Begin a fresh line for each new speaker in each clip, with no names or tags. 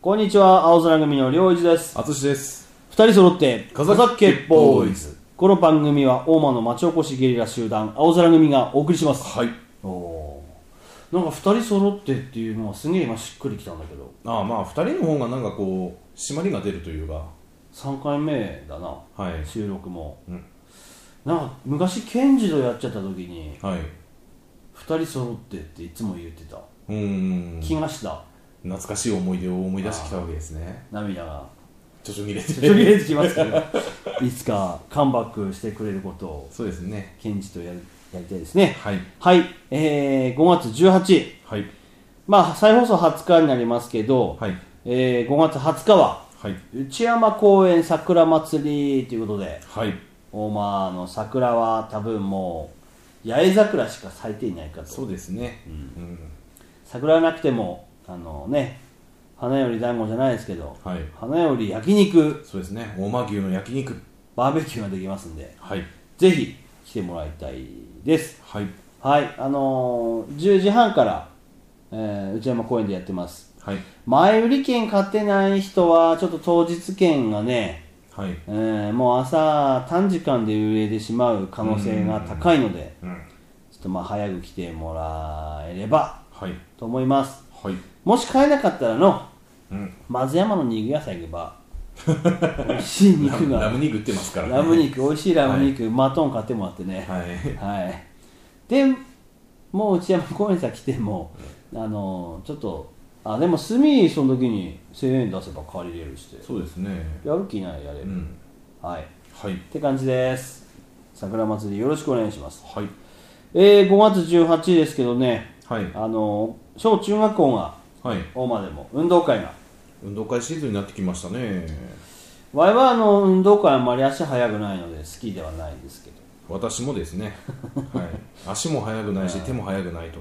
こんにちは、青空組の良一です。
あつしです。
二人揃って、
風
風
邪
邪ボーイズ。この番組は、大間の町おこしゲリラ集団、青空組がお送りします。
はい。
おーなんか二人揃ってっていうのはすげえ今しっくりきたんだけど、
ああまあ、二人の方がなんかこう、締まりが出るというか、
3回目だな、
はい。
収録も。
うん
なんか昔、剣士道やっちゃった時に、
はい。
二人揃ってっていつも言ってた。
うーん。
気がした、
懐かしい思い出を思い出してきたわけですね。
涙 が。
ちょちょ見れ
とり
て。
あえず来ますけど、いつかカンバックしてくれることを、
そうですね。
剣士とやりやりたいですね。
はい。
はい、えー、5月18日、
はい。
まあ、再放送20日になりますけど、
はい。
えー、5月20日は、
はい。
内山公園桜祭りということで、
はい。
大間の桜は多分もう、八重桜しか咲いていないか
そ
と。
うですね。うん。
桜がなくても、あのね、花より団子じゃないですけど、
はい。
花より焼肉、
そうですね。大間牛の焼肉。
バーベキューができますんで、
はい。
ぜひ来てもらいたいです。
はい。
はい、あのー、10時半から、えー内山公園でやってます。
はい。
前売り券買ってない人はちょっと当日券がね、
はい。
えーもう朝短時間で売れてしまう可能性が高いので
うん。
ちょっとまあ早く来てもらえれば
はい。
と思います
はい。
もし買えなかったらの
うん。
松山の肉屋さん行け ば美味しい肉が
ラム肉売ってますからね。
ラム肉美味しいラム肉、マトン買ってもらってね
はい。
はい、でもう内山公園さん来てもあのちょっとあでも炭その時に1000円出せば借りれるして
そうですね。
やる気ないやれ
う
る、
ん。
はいっ
はい。
て感じです桜祭りよろしくお願いします
はい。
えー、5月18日ですけどね
はい。
あの小中学校が
はい。
大間でも運動会が
運動会シーズンになってきましたね
わいはあの運動会あんまり足速くないので好きではないんですけど
私もです ね、はい、足も速くないし手も速くないと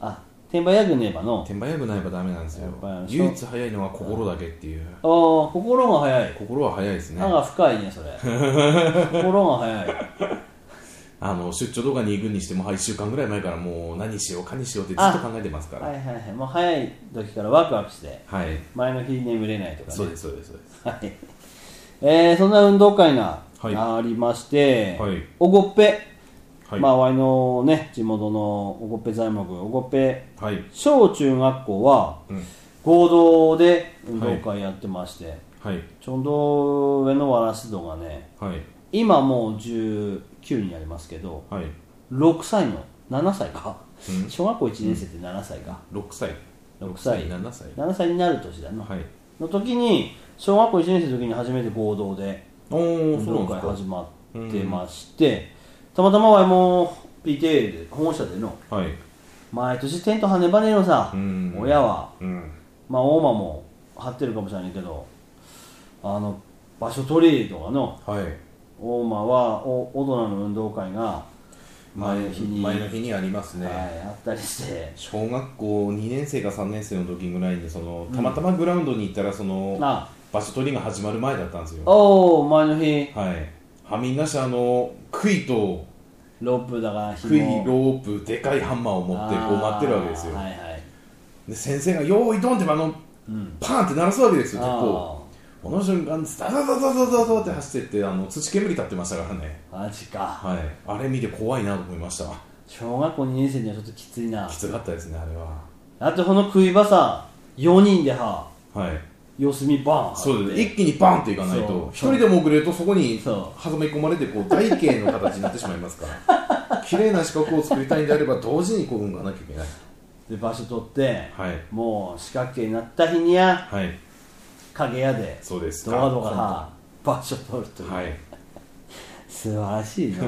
あ天満屋ぐねばの
手速くないばダメなんですよ
やっぱりそう
唯一速いのは心だけっていう
あー心が速い
心は速いですね
歯が深いね それ心が速い
あの出張とかに行くにしても1週間ぐらい前からもう何しようかにしようってずっと考えてますから
はいはいはいもう早い時からワクワクして
はい、
前の日眠れないとかね
そうですそうですそうです
はい。えー、そんな運動会が
はい
ありまして、
はい
おごっぺ、
はい、
まあ、わいのね、地元のおごっぺ材木、おごっぺ
はい
小中学校は
うん
合同で運動会やってまして、
はい
ちょうど上のわらすどがね、
はい
今もう19になりますけど、
はい
6歳の、7歳か、
うん
小学校1年生って7歳か、
6歳
6歳
6 7歳
7歳になる年だな、
はい
の時に、小学校1年生の時に初めて合同で、
おお
運
そうな
動
んで
会
すか
始まってまして、たまたまわいも PTA で保護者での
はい
毎年テント跳ねばねのさ、
うん
親は
うん
まあ大間も張ってるかもしれないけどあの場所取りとかの
はい
大間はお大人の運動会が前の日に
前の日にありますね、
はい、あったりして
小学校2年生か3年生の時ぐらいにそのたまたまグラウンドに行ったらその、
あ
場所取りが始まる前だったんですよ
おお前の日
はいはみ出しあの杭と
ロープだから紐
杭ロープでかいハンマーを持ってこう待ってるわけですよ
あーはいはい
で先生が「よーいドン!」ってあの
うん
パーンって鳴らすわけですよ結構
あ
この瞬間ダダダダダダダって走ってってあの土煙立ってましたからね
ーマジか
はいあれ見て怖いなと思いました
小学校2年生にはちょっときついな
きつかったですねあれは
だってこの食い場さ4人では
はい
四隅バーン
そうです一気にバンっていかない
そう
と一人でも遅れるとそこに
そ
挟み込まれてこう台形の形になってしまいますから 綺麗な四角を作りたいんであれば同時にこう動かなきゃいけない
で場所取って
はい
もう四角形になった日にや
はい
影屋で
そうです
ドカドカ場所取るという、
はい
素晴らしい の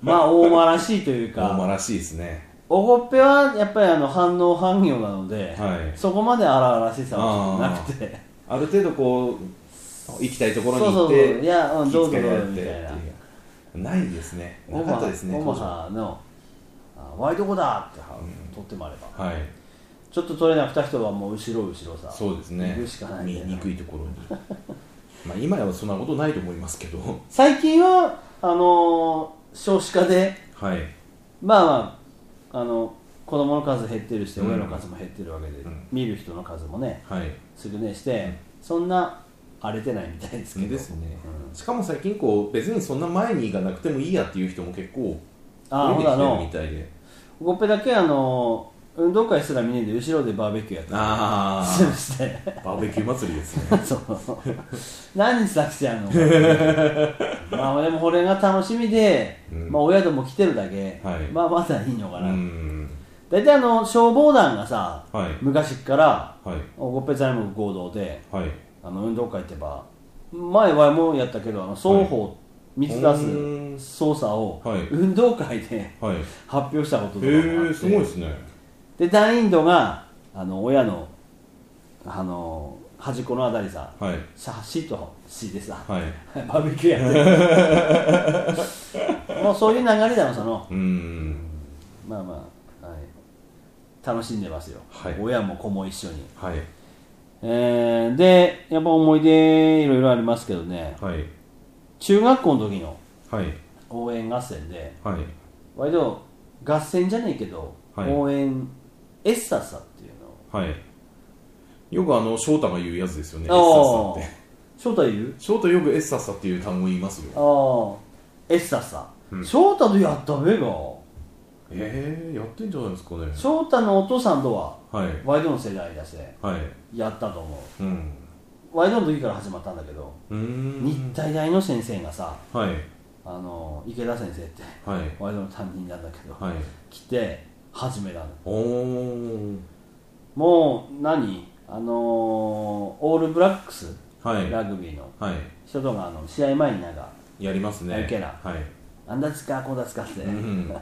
まあ大間らしいという
大間
から
しいですね
おごっぺはやっぱりあの反応汎用なので、
はい
そこまで荒々しさはなくて
ある程度こう行きたいところに行っ
そうそうそう
て
いやうん
気付け
どうぞ
られ
どうぞ
て
みたいな
っていうないですね なかったですね
オマハオマハのあワイドコだっては
うん
取ってもあれば
当時はい
ちょっと取れなくた人はもう後ろ後ろさ
そうですね
行くしかないん
見
だよな
にくいところに まあ今はそんなことないと思いますけど
最近はあのー少子化で
はい
まあまああの子供の数減ってるし
うん
親の数も減ってるわけで、
うん
見る人の数もね
はい
少ねえして、そんな荒れてないみたいですけど
ですね、
うん
しかも最近こう別にそんな前に行かなくてもいいやっていう人も結構
ああほ
増えてき
らあ
てるみ
の
たい で
ごっぺだけあの運動会すら見ねえんで後ろでバーベキューやって
あ
する
あ
して
バーベキュー祭 りですね
そう何日だっけあの まあでもこれが楽しみで、
うん
まあ親とも来てるだけ、
はい
まあまだいいの
う
かな、
ん
大体あの消防団がさ
はい
昔っから
はい
ごっぺ財務合同で
はい
あの運動会ってば前はもうやったけどあの双方水
う
出
ーん
す操作を
はい
運動会で
はいへ
発表したこととかもあっ
え
て
すごいですね
で団員度があの親のあの端っこのあたりさ
はい
シャシとシでさ
はい
バーベキューやって るもうそういう流れだろその
うーん
まあまあ、はい、楽しんでますよ、
はい
親も子も一緒に、
はい
えーでやっぱ思い出いろいろありますけどね
はい
中学校の時の
はい
応援合戦で
はい
割と合戦じゃねえけど、
はい
応援エッササっていうのを
はいよくあの翔太が言うやつですよねエッ
あ
サ
あ
サって
翔太言う
翔太よくエッササっていう単語言いますよ
ああエッササ、
うん
翔太とやったべが
ええやってんじゃないですかね
翔太のお父さんとは
はい
ワイドの世代だし
はい
やったと思
うん
うワイドの時から始まったんだけど、
うーん
日体大の先生がさ
はい
あの池田先生って
はい
ワイドの担任なんだけど、
はい
来て始めたの
おー
もう何あのーオールブラックス
はい
ラグビーの
は
人とがあの試合前になんか
いやりますね
やるけな
はい
あんだつかこうだつかって、
うん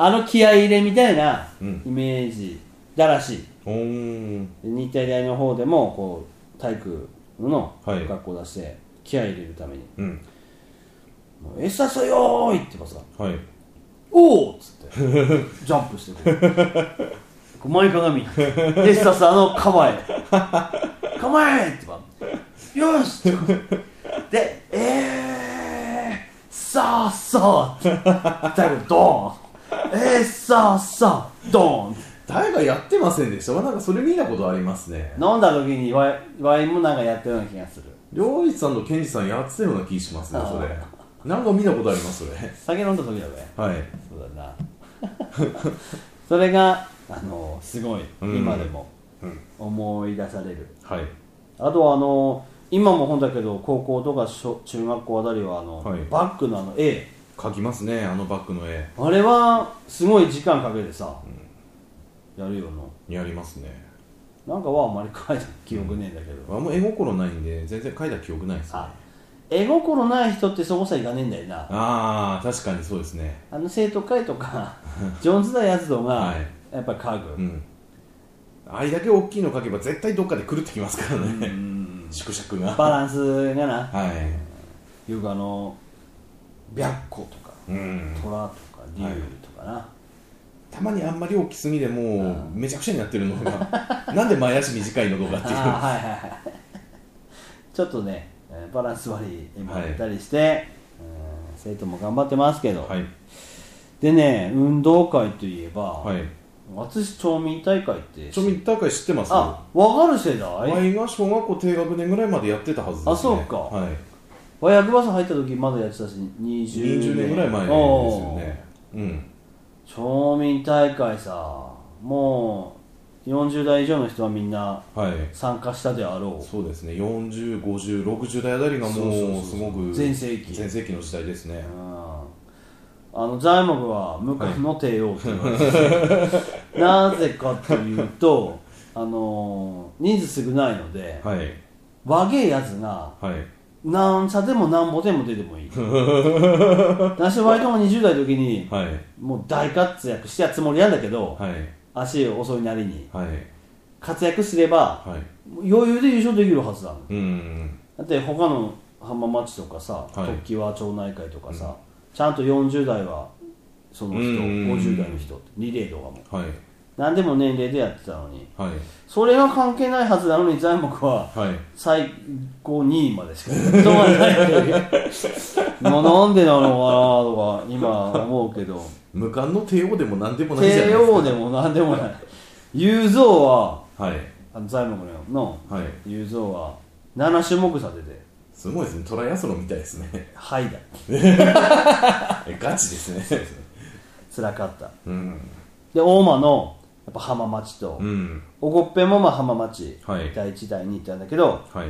あの気合い入れみたいな
うん
イメージだらしい、
おー
で日体大の方でもこう体育の
はい
学校出して気合い入れるために
うん
「もうエサソよーい!」ってばさ
はい
「おお!」っつって ジャンプしてこうこう前かがみに エサスあの構え構えってば「よし!」ってで「えーさあさあ!」って最後ドーン「えーさあさあドーン!」
誰かやってませんでしたなんかそれ見たことありますね
飲んだ時にワイワインもなんかやったような気がする
両一さんとケンジさんやってたような気しますねそれなんか見たことありますそれ
酒飲んだ時だべ
はい
そうだな それがあのすごい
うん
今でも
うん
思い出される、
はい
あとはあの今も本だけど高校とか小中学校あたりはあの、
はい
バッグのあの A
描きますねあのバッグの絵
あれはすごい時間かけてさ、やるよな
やりますね
なんかはあんまり書いた 記憶ねえんだけど、
あんま絵心ないんで全然描いた記憶ないですね
あ絵心ない人ってそこさいかねえんだよな
ああ確かにそうですね
あの生徒会とか 上手なやつと
は
が
い
やっぱり家具、
うんあれだけ大きいの描けば絶対どっかで狂ってきますから
う
ね
ん
縮尺が
バランスがな
は
よくあの白虎とか
い、うん、
虎とか竜とかな、
たまにあんまり大きすぎでもうめちゃくちゃになってるのが なんで前足短いのとかっていう
あーはいはいはい ちょっとねえーバランス悪い絵もあったりして、うん生徒も頑張ってますけど、
はい
でね運動会といえば、
はい
私町民大会って
ちょみたか知ってます
あ分かる世代、
ワイが小学校低学年ぐらいまでやってたはずです、ね、
あそうか
はい、
和訳バス入った時まだやってたし20
20年ぐらい前ですよねうん
町民大会さもう40代以上の人はみんな
はい
参加したであろう
そうですね405060代あたりが
そうそうそ
も
う
う
そう
すごく
全盛期
全盛期の時代ですね
うんあの材木は無冠の帝王って言われててなぜかというとあのー人数少ないので
はい
若えやつが
はい
何社でも何ぼでも出てもいい私割とも20代の時に
はい
もう大活躍したつもりなんだけど
はい
足遅いなりに
はい
活躍すれば
はい
余裕で優勝できるはずだ
うん
だって他の浜町とかさ、
はい
特急は町内会とかさ、ちゃんと40代はその人、
うんうんうん
50代の人リレーとかも
はい
何でも年齢でやってたのに
はい
それは関係ないはずなのに材木は
はい
最高2位までしか飛ば ないというもうなんでなのかなとか今思うけど
う無冠の帝王でも何でもないじゃな
帝
いですか
王でも何でもない雄三は
はい
あの材木のよの
はい
雄三は7種目立てて
すごいですねトライアスロンみたいです ね
はいだ
えガチですね
辛かった
うん
で大間のやっぱ浜町と、
うん
おごっぺもまあ浜町、
はい
第1第2ってあるんだけど
はい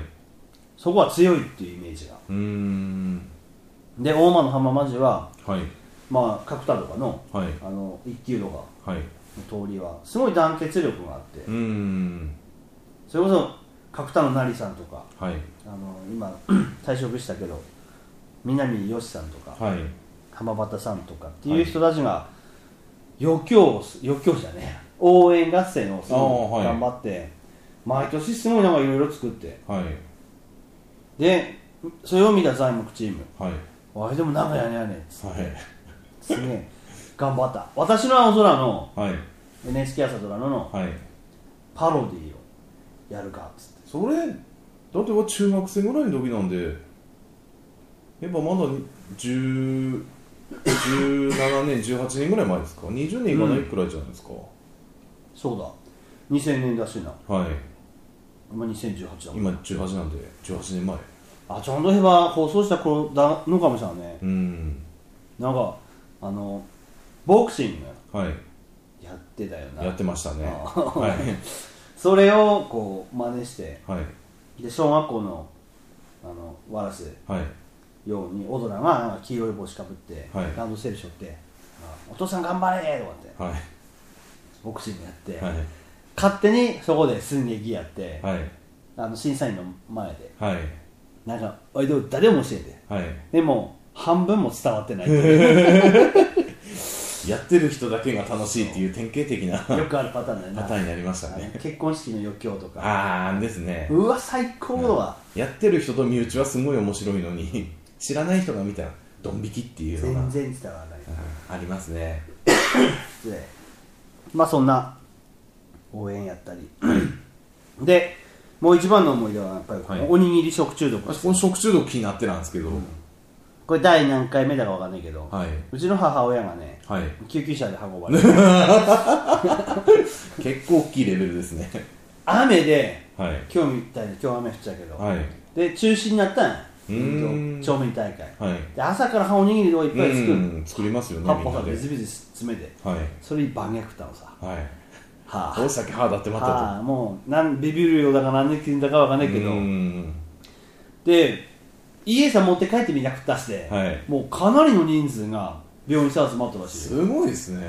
そこは強いっていうイメージが
うーん
で大間の浜町は
はい
まあ角田とかの
はい
あの一級とか
はい
の通りはすごい団結力があって、
うーん
それこそ角田の成さんとか
はい
あの今 退職したけど南よしさんとか、
はい
浜端さんとかっていう人たちが余興をす余興じゃねえ応援合戦をす
あー
ご
はいい
頑張って毎年すごいなんかいろいろ作って
はい
でそれを見た材木チーム
はい
あれでもなんかやねやねん
はい
すげえ頑張った私の青空の
はい
NHK 朝ドラの
はい
パロディをやるかっつって
それだっては中学生ぐらいの時なんでやっぱまだ10 17年18年ぐらい前ですか20年いかないくらいじゃないですか、
そうだ2000年だしな
はい
今2018だもん
今18なんで18年前
あちゃんとへば放送した頃だのかもしれないね
うん
なんかあのボクシング
はい
やってたよな
やってましたね
あー
はい
それをこう真似して
はい
で小学校のあのワラス
はい
ように大人がなんか黄色い帽子かぶって、
はい
ランドセルしょってあ「お父さん頑張れ!」とかって
は
ボクシングやって、
いはい
勝手にそこで寸劇やって、
はい
あの審査員の前で
はい
なんか「おいでも誰も教えて
はい」
でも半分も伝わってない よ
やってる人だけが楽しいっていう典型的な
くあるパターンだよな
パターンになりました
あ
ね
の結婚式の余興とか
ああですね
うわ最高だわ、
やってる人と身内はすごい面白いのに 知らない人が見たらドン引きっていうのが
全然伝わらない
うんありますね
でまあそんな応援やったりでもう一番の思い出はやっぱりこの
はい
おにぎり食中毒です
私この食中毒気になってなんですけど、
これ第何回目だかわかんないけど、
はいう
ちの母親がね
はい
救急車で運ばれ て
結構大きいレベルですね
雨で
はい
今日みたいに今日雨降っちゃうけど、
はい
で中止になったんや
うーん
町民大会
はい
で朝からおにぎりをいっぱい作る
うん作りますよね
葉っ
みん
ぱ
な
が
で
ビズビズ詰めて
はい
それに晩酌食ったのさ
はい
はあ
どうしたっけ歯だってまたと
はあもうなんビビるようだか何で切るんだかわかんないけど、
うん
で家さ持って帰ってみなくったして、
はい
もうかなりの人数が病院さ集まったらしいよ
すごいですね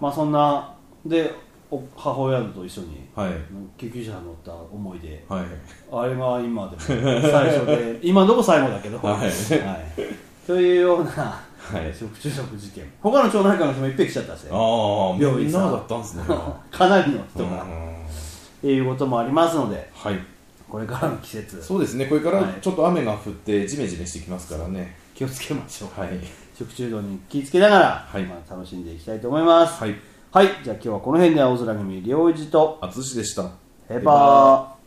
まあそんなでお母親と一緒に
はい
救急車に乗った思い出
はい
あれが今でも最初 で今のとこ最後だけど
はい
いというような
はい
食中毒事件他の町内会の人もいっぺん来ちゃったし
ああみ
病院
ん
さ
なだったんです ね
かなりの人
うん
がっていうこともありますので
はい
これからの季節
そうですねこれか
は
ら
い
ちょっと雨が降ってジメジメしてきますからね
気をつけましょう、
はい
食中毒に気をつけながら、
はい
まあ、楽しんでいきたいと思います
はい
はい、じゃあ今日はこの辺で青空組良一と
淳でした
ヘ
バ
バー。